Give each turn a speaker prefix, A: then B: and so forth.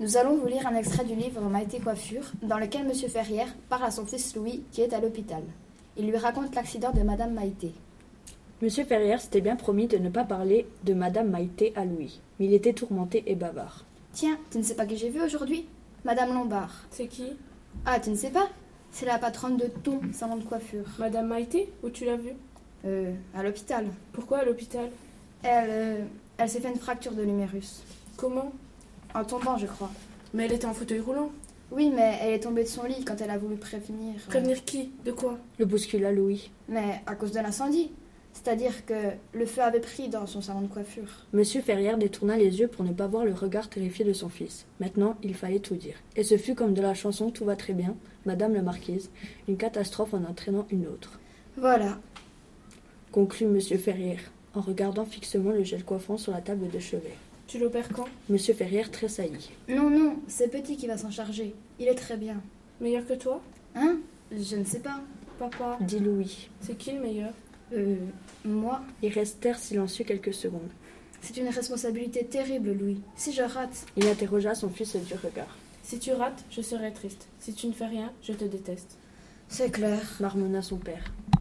A: Nous allons vous lire un extrait du livre Maïté Coiffure, dans lequel Monsieur Ferrière parle à son fils Louis, qui est à l'hôpital. Il lui raconte l'accident de Madame Maïté.
B: Monsieur Ferrière s'était bien promis de ne pas parler de Madame Maïté à Louis, mais il était tourmenté et bavard.
A: Tiens, tu ne sais pas qui j'ai vu aujourd'hui Madame Lombard.
C: C'est qui
A: Ah, tu ne sais pas C'est la patronne de ton salon de coiffure.
C: Madame Maïté Où tu l'as vue
A: Euh, à l'hôpital.
C: Pourquoi à l'hôpital
A: Elle, euh, elle s'est fait une fracture de l'humérus.
C: Comment
A: En tombant, je crois.
C: Mais elle était en fauteuil roulant.
A: Oui, mais elle est tombée de son lit quand elle a voulu prévenir. euh,
C: Prévenir qui De quoi
B: Le bouscula Louis.
A: Mais à cause de l'incendie. C'est-à-dire que le feu avait pris dans son salon de coiffure.
B: Monsieur Ferrière détourna les yeux pour ne pas voir le regard terrifié de son fils. Maintenant, il fallait tout dire. Et ce fut comme de la chanson Tout va très bien, Madame la Marquise, une catastrophe en entraînant une autre.
A: Voilà.
B: Conclut Monsieur Ferrière, en regardant fixement le gel coiffant sur la table de chevet.
C: Tu l'opères quand
B: Monsieur Ferrière tressaillit.
A: Non, non, c'est Petit qui va s'en charger. Il est très bien.
C: Meilleur que toi
A: Hein Je ne sais pas.
C: Papa
B: Dit Louis.
C: C'est qui le meilleur
A: Euh, moi
B: Ils restèrent silencieux quelques secondes.
A: C'est une responsabilité terrible, Louis. Si je rate,
B: Il interrogea son fils du regard.
C: Si tu rates, je serai triste. Si tu ne fais rien, je te déteste.
A: c'est clair.
B: Marmonna son père.